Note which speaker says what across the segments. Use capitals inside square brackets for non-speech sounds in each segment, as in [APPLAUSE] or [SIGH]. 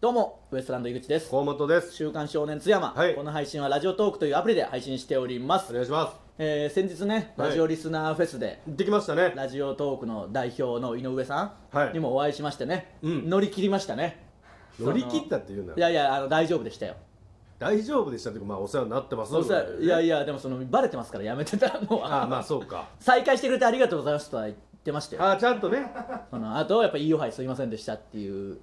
Speaker 1: どうもウエストランド井口です
Speaker 2: 河本です
Speaker 1: 週刊少年津山、
Speaker 2: はい
Speaker 1: この配信はラジオトークというアプリで配信しておりま
Speaker 2: お
Speaker 1: す、
Speaker 2: 願いします
Speaker 1: えー先日ね
Speaker 2: はい
Speaker 1: ラジオリスナーフェスで、
Speaker 2: 行ってきましたね
Speaker 1: ラジオトークの代表の井上さ
Speaker 2: は
Speaker 1: ん
Speaker 2: い
Speaker 1: にもお会いしましてね、
Speaker 2: うん
Speaker 1: 乗り切りましたね
Speaker 2: 乗り切ったっていうの
Speaker 1: いや
Speaker 2: は
Speaker 1: いやあの大丈夫でしたよ
Speaker 2: 大丈夫でしたっていうかまあお世話になってます
Speaker 1: そしたらいやい
Speaker 2: や
Speaker 1: やでもそのバレてますからやめてたのは
Speaker 2: あまあそうか
Speaker 1: 再開してくれてありがとうございますとは言ってましたよ
Speaker 2: あちゃんとね
Speaker 1: そのあとやっぱ「いいおはいすいませんでした」っていう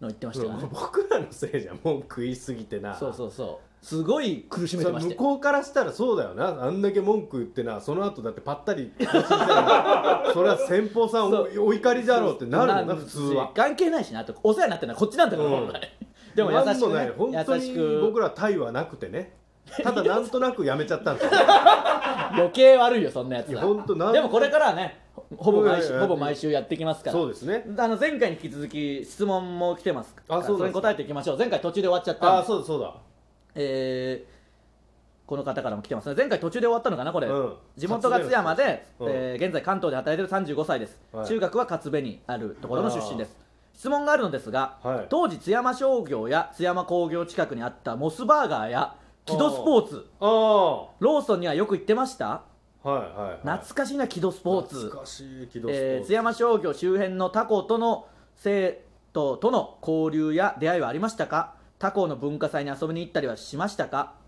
Speaker 1: のを言ってましたよね
Speaker 2: 僕らのせいじゃんもう食いすぎてな
Speaker 1: そうそうそうすごい苦しめてまし
Speaker 2: 向
Speaker 1: たよ
Speaker 2: こうからしたらそうだよなあんだけ文句言ってなその後だってぱったりそれ
Speaker 1: [LAUGHS]
Speaker 2: は先方さん
Speaker 1: そ
Speaker 2: おお怒りじゃろうってなるもんな普通は
Speaker 1: 関係ないしなあとお世話になってるのはこっちなんだから、
Speaker 2: うん
Speaker 1: 本来 [LAUGHS] でも優
Speaker 2: なん
Speaker 1: しく、
Speaker 2: ない
Speaker 1: ね
Speaker 2: よ、本当
Speaker 1: 優し
Speaker 2: に
Speaker 1: く
Speaker 2: 僕ら対はなくてねただなんとなくやめちゃったん
Speaker 1: [LAUGHS]
Speaker 2: ですよ
Speaker 1: 余計悪いよそんなやつ
Speaker 2: いや
Speaker 1: は
Speaker 2: 本当なん
Speaker 1: でもこれからはねほほぼ毎
Speaker 2: いやい
Speaker 1: 週
Speaker 2: や
Speaker 1: ほぼ毎週やっていきますから
Speaker 2: そうですね
Speaker 1: あの前回に引き続き質問も来てますから
Speaker 2: あそう
Speaker 1: そ
Speaker 2: な
Speaker 1: れ
Speaker 2: んです
Speaker 1: に答えていきましょう前回途中で終わっちゃったん
Speaker 2: あ
Speaker 1: で
Speaker 2: あそうだそうだ
Speaker 1: えーこの方からも来てますね前回途中で終わったのかなこれ、
Speaker 2: うん
Speaker 1: 地元が津山で、
Speaker 2: うん
Speaker 1: えー現在関東で働いてる35歳です、
Speaker 2: はい
Speaker 1: 中学は勝部にあるところの出身です質問があるのですが、
Speaker 2: はい
Speaker 1: 当時津山商業や津山工業近くにあったモスバーガーや木戸スポーツ
Speaker 2: ああ
Speaker 1: ローソンにはよく行ってました
Speaker 2: はいはい、はい、
Speaker 1: 懐かしいな木戸スポーツ
Speaker 2: 懐かしい木戸スポ
Speaker 1: えー
Speaker 2: ー
Speaker 1: 津
Speaker 2: ツ、
Speaker 1: 山商業周辺の他校との生徒との交流や出会いはありましたか他校の文化祭に遊びに行ったりはしましたか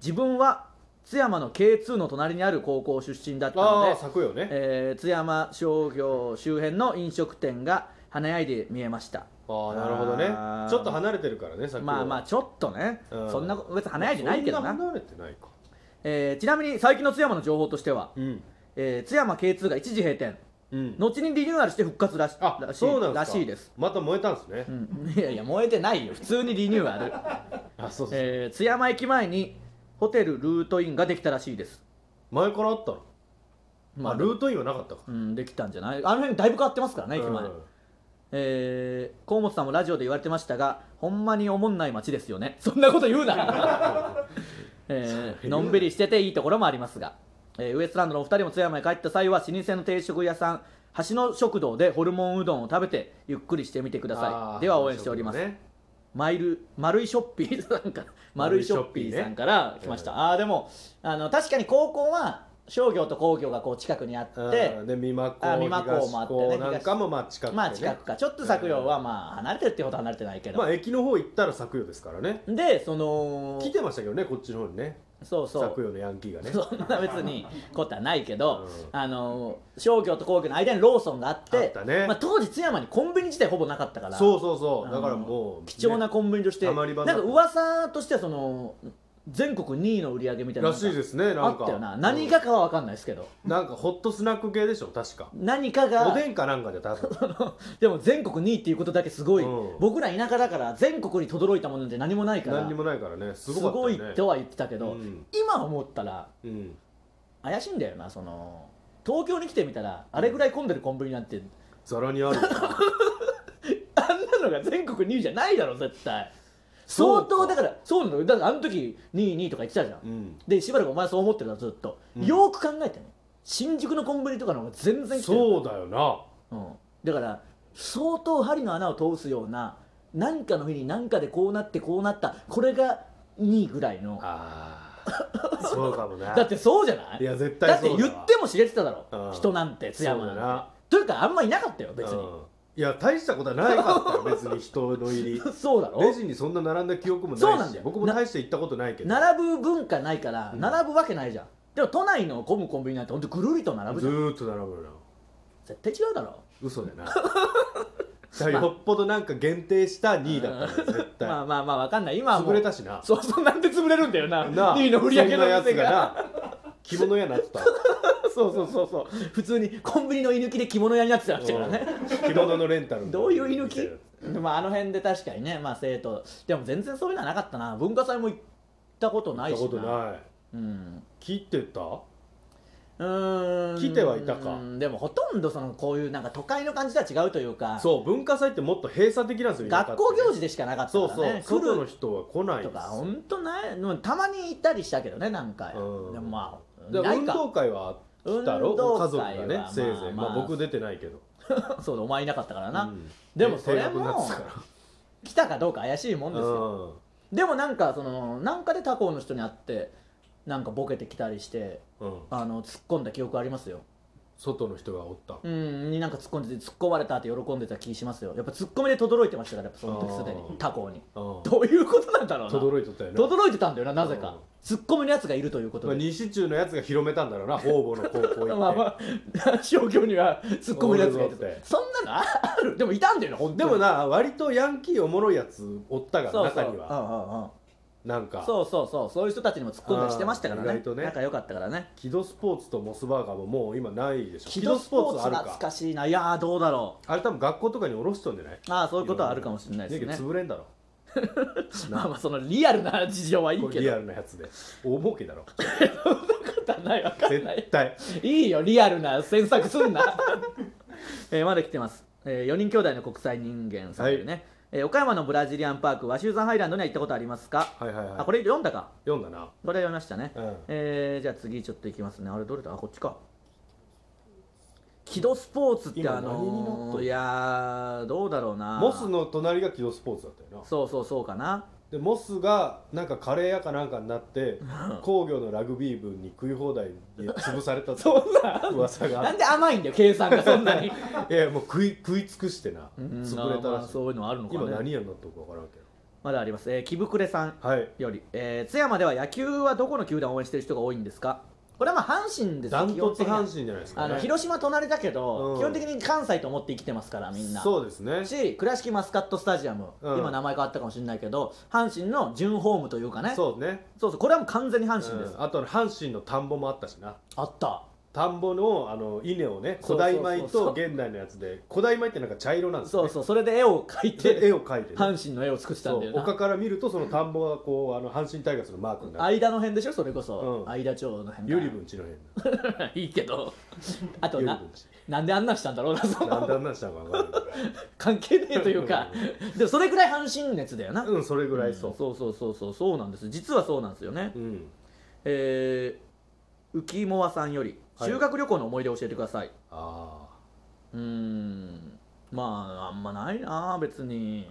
Speaker 1: 自分は津山の K2 の隣にある高校出身だったの
Speaker 2: あ
Speaker 1: で
Speaker 2: あ、咲くよね、
Speaker 1: えー津山商業周辺の飲食店が華やいで見えました
Speaker 2: ああなるほどね
Speaker 1: あー
Speaker 2: ちょっと離れてるからね咲く
Speaker 1: まあまあちょっとね、
Speaker 2: うん
Speaker 1: そんな別に華やいでないけどな
Speaker 2: そん離れてないか
Speaker 1: えーちなみに最近の津山の情報としては、
Speaker 2: うん
Speaker 1: えー津山 K2 が一時閉店
Speaker 2: うん
Speaker 1: 後にリニューアルして復活らし
Speaker 2: あ
Speaker 1: らしい
Speaker 2: そうなんですから
Speaker 1: しいです
Speaker 2: また燃えたんですね、
Speaker 1: うんいやいや燃えてないよ普通にリニューア
Speaker 2: [LAUGHS]
Speaker 1: ル、
Speaker 2: あそうそう、
Speaker 1: えー津山駅前にホテルルートインができたらしいです
Speaker 2: 前からあったの、まあ、ルートインはなかったか
Speaker 1: うんできたんじゃないあの辺だいぶ変わってますからね駅前、
Speaker 2: うん
Speaker 1: えー河本さんもラジオで言われてましたがほんまにおもんない街ですよねそんなこと言うな、
Speaker 2: [LAUGHS]
Speaker 1: えーのんびりしてていいところもありますが、えーウエストランドのお二人も津山へ帰った際は老舗の定食屋さん橋の食堂でホルモンうどんを食べてゆっくりしてみてくださ
Speaker 2: あー
Speaker 1: いでは応援しております、
Speaker 2: ね
Speaker 1: マイル丸いショッピーさ
Speaker 2: [LAUGHS]
Speaker 1: んから丸
Speaker 2: 丸
Speaker 1: い
Speaker 2: い
Speaker 1: シ
Speaker 2: シ
Speaker 1: ョ
Speaker 2: ョ
Speaker 1: ッ
Speaker 2: ッ
Speaker 1: ピ
Speaker 2: ピーね
Speaker 1: ーさんから来ました、ああでもあの確かに高校は商業と工業がこう近くにあって、
Speaker 2: うんで美馬
Speaker 1: あ
Speaker 2: 港
Speaker 1: 美馬港
Speaker 2: 東
Speaker 1: もあってね
Speaker 2: 港なんかもまあ近くてね
Speaker 1: まあ近くかちょっと作業はまあ離れてるってことは離れてないけど、
Speaker 2: まあ駅の方行ったら咲くよですからね
Speaker 1: でその
Speaker 2: 来てましたけどねこっちの方にね
Speaker 1: そうそ
Speaker 2: 咲く
Speaker 1: う
Speaker 2: よのヤンキーが
Speaker 1: [LAUGHS]
Speaker 2: ね
Speaker 1: そんな別にことはないけど、
Speaker 2: う
Speaker 1: あの商業と工業の間にローソンがあって
Speaker 2: あったね
Speaker 1: まあ、当時津山にコンビニ自体ほぼなかったから
Speaker 2: そうそうそ
Speaker 1: あ
Speaker 2: う
Speaker 1: の
Speaker 2: だからもう、
Speaker 1: 貴重なコンビニとして、
Speaker 2: た
Speaker 1: な
Speaker 2: ま
Speaker 1: ん
Speaker 2: り
Speaker 1: か
Speaker 2: 場だった
Speaker 1: 噂としてはその全国2位の売り上げみたいな
Speaker 2: らしいですねな
Speaker 1: あ
Speaker 2: んか
Speaker 1: ったよな何がかは分かんないですけど
Speaker 2: なんかホットスナック系でしょ確か
Speaker 1: 何か
Speaker 2: お
Speaker 1: が
Speaker 2: でんかなんかで多 [LAUGHS] 分
Speaker 1: でも全国2位っていうことだけすごい、
Speaker 2: うん
Speaker 1: 僕ら田舎だから全国に轟いたもので何もないから
Speaker 2: 何にもないからねす
Speaker 1: す
Speaker 2: ごかったよ
Speaker 1: ご
Speaker 2: ね
Speaker 1: いとは言ってたけど、
Speaker 2: うん
Speaker 1: 今思ったら
Speaker 2: うん
Speaker 1: 怪しいんだよなその東京に来てみたらあれぐらい混んでるコンビニなんて、
Speaker 2: ざらにあるよ [LAUGHS]
Speaker 1: あんなのが全国2位じゃないだろ絶対
Speaker 2: そ
Speaker 1: 相
Speaker 2: うか
Speaker 1: 当だからそうなのよだからあの時2位2位とか言ってたじゃん、
Speaker 2: うん
Speaker 1: でしばらくお前そう思ってたずっと、
Speaker 2: うん
Speaker 1: よーく考えてね新宿のコンビニとかの方が全然来てる
Speaker 2: そうだよな
Speaker 1: うん、だから相当針の穴を通すような何かの日に何かでこうなってこうなったこれが2位ぐらいの
Speaker 2: あー [LAUGHS] そうかもね
Speaker 1: だってそうじゃない
Speaker 2: いや絶
Speaker 1: だ
Speaker 2: 対
Speaker 1: って
Speaker 2: そうだ
Speaker 1: 言
Speaker 2: わ
Speaker 1: っても知れてただろ、
Speaker 2: うん
Speaker 1: 人なんて津山なん
Speaker 2: そう
Speaker 1: て
Speaker 2: だな
Speaker 1: というかあんまいなかったよ別に、
Speaker 2: うんいや大したことはないかったよ別に人の [LAUGHS] 入り
Speaker 1: そうだろ
Speaker 2: レジにそんな並んだ記憶も
Speaker 1: そうな
Speaker 2: なんい
Speaker 1: だ
Speaker 2: し
Speaker 1: よ
Speaker 2: 僕も大して行ったことないけど
Speaker 1: 並ぶ文化ないから
Speaker 2: うん
Speaker 1: 並ぶわけないじゃん、でも都内の混むコンビニなんてほんとぐるりと並ぶじ
Speaker 2: ず
Speaker 1: ゃん
Speaker 2: ーっと並ぶのな
Speaker 1: 絶対違うだろ
Speaker 2: 嘘
Speaker 1: [LAUGHS]
Speaker 2: だなだからよっぽどなんか限定した2位だったんだよ絶対、
Speaker 1: まあまあまあわかんない今はもう
Speaker 2: 潰れたしな
Speaker 1: そうそうなんで潰れるんだよな
Speaker 2: なあ
Speaker 1: 2位の売り上げの
Speaker 2: そんなや
Speaker 1: 店
Speaker 2: つ
Speaker 1: が
Speaker 2: がな着物屋になってた
Speaker 1: [LAUGHS] そうそうそうそう普通にコンビニの居抜きで着物屋になってたらしいからね、
Speaker 2: 着物のレンタル
Speaker 1: どういう居抜きまああの辺で確かにねまあ生徒でも全然そういうのはなかったな文化祭も行ったことな
Speaker 2: ないい
Speaker 1: しな
Speaker 2: ことない
Speaker 1: うん
Speaker 2: 切ってた
Speaker 1: うーん
Speaker 2: 来てはいたか
Speaker 1: うんでもほとんどそのこういうなんか都会の感じとは違うというか
Speaker 2: そう文化祭ってもっと閉鎖的なんですよ
Speaker 1: 学校行
Speaker 2: 事
Speaker 1: 事でしかなかった
Speaker 2: そう
Speaker 1: か
Speaker 2: そう
Speaker 1: らね
Speaker 2: 外
Speaker 1: 来
Speaker 2: の
Speaker 1: る
Speaker 2: 人は来ない
Speaker 1: と
Speaker 2: です
Speaker 1: かほんとないでもたまに行ったりしたけどねなんかで
Speaker 2: うん
Speaker 1: もまあ
Speaker 2: だ
Speaker 1: な
Speaker 2: から
Speaker 1: い
Speaker 2: 運
Speaker 1: か
Speaker 2: 動会はあったろ
Speaker 1: 運動会は
Speaker 2: 家族がね
Speaker 1: まあ
Speaker 2: せいぜい
Speaker 1: まあ
Speaker 2: まあ僕出てないけど
Speaker 1: そうだお前いなかったからな、
Speaker 2: うん
Speaker 1: でもそれ
Speaker 2: 定額になっ
Speaker 1: も
Speaker 2: てたから
Speaker 1: 来たかどうか怪しいもんですよでもなんかそのなんかで他校の人に会ってなんかボケてきたりして
Speaker 2: うんうん
Speaker 1: あの突っ込んだ記憶ありますよ
Speaker 2: 外の人がおった
Speaker 1: うんになんか突っ込んでて突っ込まれたって喜んでた気しますよやっぱ突っ込みで轟いてましたからやっぱその時すで
Speaker 2: あー
Speaker 1: に他校に
Speaker 2: うん
Speaker 1: どういうことなんだろうな
Speaker 2: とどろいとったよな
Speaker 1: 轟いてたんだよななぜか突っ込みのやつがいるということ
Speaker 2: まあ、
Speaker 1: で、
Speaker 2: 西中のやつが広めたん
Speaker 1: [LAUGHS]
Speaker 2: だろうな方々の高校行って、
Speaker 1: まあまあ商業には突っ込みのやつがいると
Speaker 2: 俺ぞって
Speaker 1: そんなのああるでもいたんだよね本当に
Speaker 2: でもな割とヤンキーおもろいやつおったから
Speaker 1: そうそう
Speaker 2: 中には
Speaker 1: うんうんうん
Speaker 2: なんか
Speaker 1: そうそうそうそういう人たちにも突っ込んだりしてましたから
Speaker 2: あー意
Speaker 1: ね
Speaker 2: 外とね
Speaker 1: 仲良かったからね
Speaker 2: キドスポーツとモスバーガーももう今ないでしょ
Speaker 1: キドスポーツ
Speaker 2: キド
Speaker 1: 懐かしいないやーどうだろ
Speaker 2: あれ多分学校とかに下ろしとんじゃないう
Speaker 1: ああそういうことはあるかもしれないです
Speaker 2: だ
Speaker 1: ね
Speaker 2: けど潰れんだろ
Speaker 1: まあまあそのリアルな事情はいい
Speaker 2: これ
Speaker 1: け [LAUGHS]
Speaker 2: リ
Speaker 1: ど
Speaker 2: アルなやつで大儲けだろ
Speaker 1: ないわかん [LAUGHS] ない
Speaker 2: 絶対
Speaker 1: いいよリアルな詮索すんな、 [LAUGHS] えーまだ来てます、え4人兄弟の国際人間さんでね、えー岡山のブラジリアンパークワシューザンハイランドには行ったことありますか、
Speaker 2: はいはいはい
Speaker 1: あこれ読んだか
Speaker 2: 読んだな
Speaker 1: これ読みましたね、
Speaker 2: うん
Speaker 1: えーじゃあ次ちょっといきますねあれどれだあこっちか木戸スポーツって
Speaker 2: 今
Speaker 1: あ
Speaker 2: 何になっ
Speaker 1: の
Speaker 2: と
Speaker 1: ー
Speaker 2: る
Speaker 1: いやーどうだろうな
Speaker 2: モスの隣がキドスポーツだったよな
Speaker 1: そうそうそうかな
Speaker 2: でモスがなんかカレー屋かなんかになって工業のラグビー部に食い放題で潰され
Speaker 1: [LAUGHS]
Speaker 2: たって噂があ
Speaker 1: な
Speaker 2: って
Speaker 1: んで甘いんだよ計算がそん
Speaker 2: [LAUGHS]
Speaker 1: なに
Speaker 2: いやもう食い食い尽くしてな
Speaker 1: うん
Speaker 2: 潰れた
Speaker 1: まあま
Speaker 2: ら
Speaker 1: あ
Speaker 2: しい
Speaker 1: そういうのあるのか
Speaker 2: 今
Speaker 1: ね
Speaker 2: 何屋になったのか分からんけど
Speaker 1: まだあります、えー、木袋さん
Speaker 2: はい
Speaker 1: より、えー津山では野球はどこの球団を応援してる人が多いんですかこれはまあ阪神です
Speaker 2: ダントツ
Speaker 1: 基本
Speaker 2: 阪
Speaker 1: 的に
Speaker 2: 神じゃないですか
Speaker 1: あ
Speaker 2: ね
Speaker 1: の広島隣だけど、
Speaker 2: うん
Speaker 1: 基本的に関西と思って生きてますからみんな
Speaker 2: そうですね
Speaker 1: し倉敷マスカットスタジアム、
Speaker 2: うん
Speaker 1: 今名前変わったかもしれないけど阪神の準ホームというかねそう
Speaker 2: そうね
Speaker 1: そうこれはもう完全に阪神です、
Speaker 2: うんあと阪神の田んぼもあったしな
Speaker 1: あった
Speaker 2: 田んぼのあの稲をね
Speaker 1: そうそう
Speaker 2: 古
Speaker 1: そう
Speaker 2: 代米と現代のやつで古代米ってなんか茶色なんです
Speaker 1: そ
Speaker 2: よ、
Speaker 1: う
Speaker 2: ね、
Speaker 1: そうそれで絵を描い
Speaker 2: で絵
Speaker 1: て
Speaker 2: を描いて、ね、
Speaker 1: 阪神の絵を作ってた
Speaker 2: そ
Speaker 1: んだ
Speaker 2: う
Speaker 1: よ
Speaker 2: 丘
Speaker 1: な
Speaker 2: から見るとその田んぼがこうあの阪神タイガースのマークになって
Speaker 1: 間の辺でしょそれこそ、
Speaker 2: うん
Speaker 1: 間町の辺
Speaker 2: ゆりぶんちの辺
Speaker 1: [LAUGHS]
Speaker 2: だ
Speaker 1: いいけどあと
Speaker 2: ゆり
Speaker 1: な
Speaker 2: ぶんち
Speaker 1: なんであんなしたんだろうなそ
Speaker 2: なん
Speaker 1: の
Speaker 2: であんなんしたのか分からんけ
Speaker 1: 関係ねえというかでもそれぐらい阪神熱だよな、
Speaker 2: どうんそれぐらいそう、
Speaker 1: そうそうそうそうそうなんです実はそうなんですよね、
Speaker 2: うん
Speaker 1: えー、浮モアさんより
Speaker 2: はい
Speaker 1: 修学旅行の思い出を教えてください、
Speaker 2: あ
Speaker 1: うーんまああんまないな別に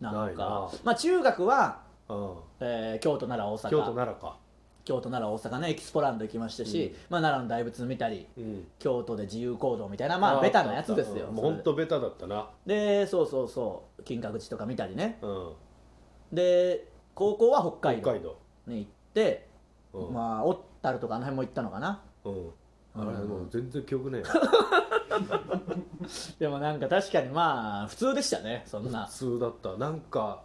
Speaker 1: な
Speaker 2: なんい
Speaker 1: か
Speaker 2: な
Speaker 1: まあ中学は、
Speaker 2: あうん
Speaker 1: えー京都奈良大阪
Speaker 2: 京都奈良か、
Speaker 1: 京都奈良大阪ねエキスポランド行きましたし、
Speaker 2: うん
Speaker 1: まあ、奈良の大仏見たり
Speaker 2: うん、
Speaker 1: 京都で自由行動みたいなまあベタなやつですよ
Speaker 2: うんもうほんとベタだったな
Speaker 1: それででそうそうそう金閣寺とか見たりね
Speaker 2: うん
Speaker 1: で高校は北
Speaker 2: 北
Speaker 1: 海道
Speaker 2: 海道
Speaker 1: に行って、
Speaker 2: うん、
Speaker 1: まあ小樽とかあの辺も行ったのかな [LAUGHS]
Speaker 2: うんあ
Speaker 1: う
Speaker 2: れ
Speaker 1: ん
Speaker 2: もう全然記憶ねえ
Speaker 1: でもなんか確かにまあ普通でしたねそんな
Speaker 2: 普通だったなんか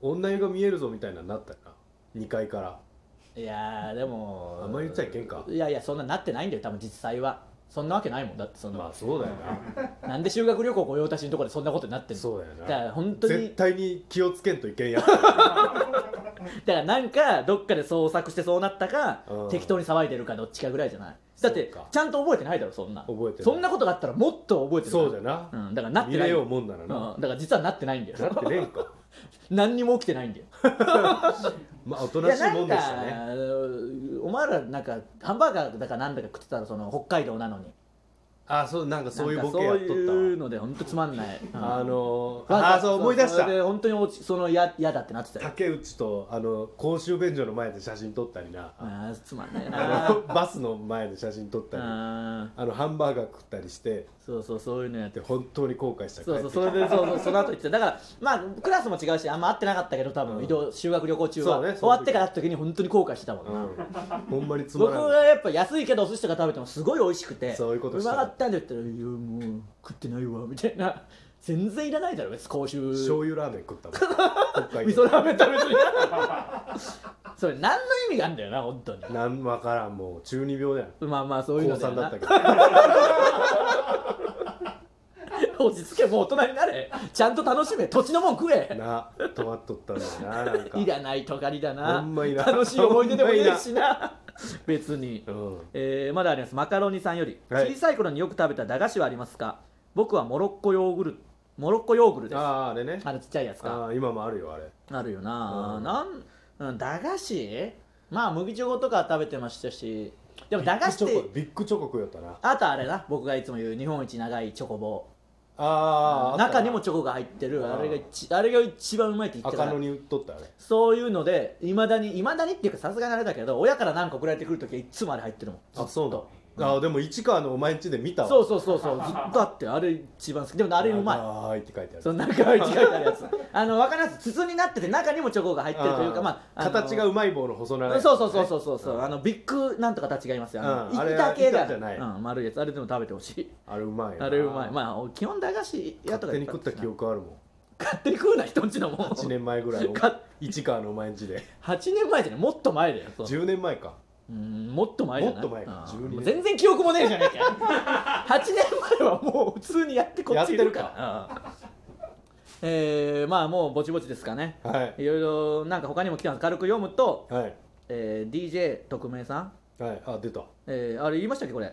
Speaker 2: 女湯が見えるぞみたいなのになったよな2階から
Speaker 1: いやーでも
Speaker 2: あんま言っちゃいけんか
Speaker 1: いやいやそんななってないんだよ多分実際はそんなわけないもんだってそんな、
Speaker 2: まあそうだよ
Speaker 1: なんで修学旅行御用達のところでそんなことになってんの
Speaker 2: なそうだよ
Speaker 1: だから
Speaker 2: な
Speaker 1: 本当
Speaker 2: 絶
Speaker 1: にだ
Speaker 2: 対に気をつけんといけんやつ
Speaker 1: からなんかどっかで創作してそうなったか、
Speaker 2: うん
Speaker 1: 適当に騒いでるかどっちかぐらいじゃないだって
Speaker 2: そうか
Speaker 1: ちゃんと覚えてないだろそんな
Speaker 2: 覚えてない
Speaker 1: そんなことがあったらもっと覚えてる
Speaker 2: そうだ
Speaker 1: よ
Speaker 2: よな、
Speaker 1: うん、だからなっ
Speaker 2: 見
Speaker 1: てな
Speaker 2: れ
Speaker 1: い
Speaker 2: よ
Speaker 1: よ
Speaker 2: うもんならな、
Speaker 1: うん、だから実はなってないんだよ
Speaker 2: な [LAUGHS] ってねえんか
Speaker 1: 何にも起きてないんだよ
Speaker 2: まあおと
Speaker 1: い
Speaker 2: な
Speaker 1: や
Speaker 2: し
Speaker 1: ない
Speaker 2: も
Speaker 1: ん
Speaker 2: ん
Speaker 1: か
Speaker 2: でしたね
Speaker 1: お前らなんかハンバーガーだかなんだか食ってたらその北海道なのに
Speaker 2: あそうなんかそういうボケやっと
Speaker 1: なんかそう
Speaker 2: った
Speaker 1: いう
Speaker 2: わ
Speaker 1: ので本当つまんない、
Speaker 2: あ
Speaker 1: の
Speaker 2: のー、あーそう思い出し
Speaker 1: そ
Speaker 2: た
Speaker 1: れで本当に落ちそのや嫌だってなってた [LAUGHS] よ
Speaker 2: 竹内とあの公衆便所の前で写真撮ったりな、
Speaker 1: あーつまんない [LAUGHS]
Speaker 2: あの
Speaker 1: な
Speaker 2: バスの前で写真撮ったりあ
Speaker 1: あ
Speaker 2: のハンバーガー食ったりして
Speaker 1: ーそうそうそういうのやって
Speaker 2: で本当に後悔した
Speaker 1: そうそう
Speaker 2: 帰っ
Speaker 1: それ
Speaker 2: て
Speaker 1: でそうそうその後言ってただからまあクラスも違うしあんま会ってなかったけど多分、
Speaker 2: うん
Speaker 1: 移動修学旅行中は、
Speaker 2: そうねその時
Speaker 1: 終わってから会った時に本当に後悔してたもん、
Speaker 2: うんほんまにつま
Speaker 1: 僕
Speaker 2: ら
Speaker 1: は
Speaker 2: ない
Speaker 1: やっぱ安いけどお寿司とか食べてもすごい美味しくて
Speaker 2: そういうことした
Speaker 1: まかったんだよって言ったら「いやもう食ってないわ」みたいな全然いらないだろ別に公衆
Speaker 2: 醤油ラーメン食ったもん北海
Speaker 1: 味噌
Speaker 2: 道
Speaker 1: ラーメン食べずに [LAUGHS] それ何の意味があんだよな本当に
Speaker 2: なんわからんもう中二病だよ
Speaker 1: まあまあそういう
Speaker 2: 高
Speaker 1: のだよな
Speaker 2: 三だったけど
Speaker 1: 落ち着けもう大人になれちゃんと楽しめ土地のもん食え
Speaker 2: な止まっとったんだよななんか
Speaker 1: いらないとがりだな
Speaker 2: ほんまいらん
Speaker 1: 楽しい思い出でもいいしな別に
Speaker 2: うん
Speaker 1: えーまだありますマカロニさんより、
Speaker 2: はい
Speaker 1: 小さい頃によく食べた駄菓子はありますか僕はモロッコヨーグルモロッコヨーグルです
Speaker 2: あ
Speaker 1: あ
Speaker 2: ああれね
Speaker 1: のちっちゃいやつか
Speaker 2: ああ今もあるよあれ
Speaker 1: あるよな
Speaker 2: うん
Speaker 1: なんうん駄菓子まあ麦チョコとかは食べてましたしでも駄菓子っ
Speaker 2: ビッグチョ
Speaker 1: て
Speaker 2: コビッグチョコ食うよったな
Speaker 1: あとあれな僕がいつも言う日本一長いチョコ棒
Speaker 2: ああ
Speaker 1: 中にもチョコが入ってるあ
Speaker 2: あー
Speaker 1: れが一あれが一番うまいって言って
Speaker 2: 赤
Speaker 1: た
Speaker 2: のに売っとったあれ
Speaker 1: そういうのでいまだにいまだにっていうかさすがにあれだけど親から何か送られてくるときはいっつもあれ入ってるもん
Speaker 2: あそうだあでも市川のお前んちで見たわ
Speaker 1: そうそうそうそうずっとあってあれ一番好きでもあれうまい
Speaker 2: あーいって書いてあ
Speaker 1: そ
Speaker 2: る
Speaker 1: の中は違うからやつあの分からんす筒になってて中にもチョコが入ってるというか
Speaker 2: ん
Speaker 1: まああの
Speaker 2: 形がうまい棒の細長い
Speaker 1: そうそうそうそうそうそう、あのビッグなんとか違いますよあの、
Speaker 2: うんあれ
Speaker 1: 板系だ
Speaker 2: 板じゃない
Speaker 1: うん、丸いやつあれでも食べてほしい
Speaker 2: あれうまいよな
Speaker 1: あれうまいまあ基本駄菓子屋とか
Speaker 2: 勝手
Speaker 1: で
Speaker 2: に食った記憶あるもん
Speaker 1: 勝手に食うな人んちのもん
Speaker 2: 8年前ぐら
Speaker 1: [LAUGHS]
Speaker 2: い
Speaker 1: か
Speaker 2: 市川のお前んちで
Speaker 1: 8年前じゃねもっと前だよそう
Speaker 2: 10年前か
Speaker 1: うんもっと前じゃない
Speaker 2: もっと前か
Speaker 1: うん
Speaker 2: 12年
Speaker 1: もう全然記憶もねえじゃね
Speaker 2: [LAUGHS]
Speaker 1: えかよ8年前はもう普通にやってこっちいるから
Speaker 2: やって
Speaker 1: うんえーまあもうぼちぼちですかね
Speaker 2: はい
Speaker 1: いろいろなんか他にも来てます軽く読むと、
Speaker 2: はい
Speaker 1: えー DJ 特命さん、
Speaker 2: はいあ出た
Speaker 1: えーあれ言いましたっけこれ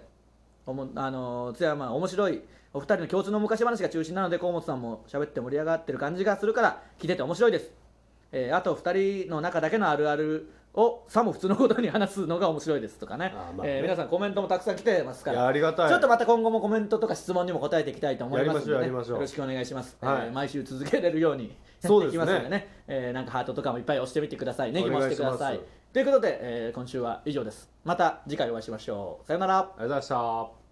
Speaker 1: おもあのー津山面白いお二人の共通の昔話が中心なので河本さんも喋って盛り上がってる感じがするから聞いてて面白いです、えーあと二人の中だけのあるあるをさも普通のことに話すのが面白いですとかね
Speaker 2: あーまあね
Speaker 1: えー皆さんコメントもたくさん来てますか
Speaker 2: い
Speaker 1: ら
Speaker 2: やありがたい
Speaker 1: ちょっとまた今後もコメントとか質問にも答えていきたいと思いますので、ね、
Speaker 2: やりましょうやりましょう
Speaker 1: よろしくお願いします、
Speaker 2: はい
Speaker 1: えー毎週続けれるようにや
Speaker 2: そ
Speaker 1: っ
Speaker 2: う
Speaker 1: てい
Speaker 2: で
Speaker 1: き
Speaker 2: すね
Speaker 1: ますのでねえーなんかハートとかもいっぱい押してみてくださいネギも
Speaker 2: お
Speaker 1: 押
Speaker 2: 願
Speaker 1: し
Speaker 2: い
Speaker 1: てください
Speaker 2: します
Speaker 1: ということで、えー今週は以上ですまた次回お会いしましょうさようなら
Speaker 2: ありがとうございました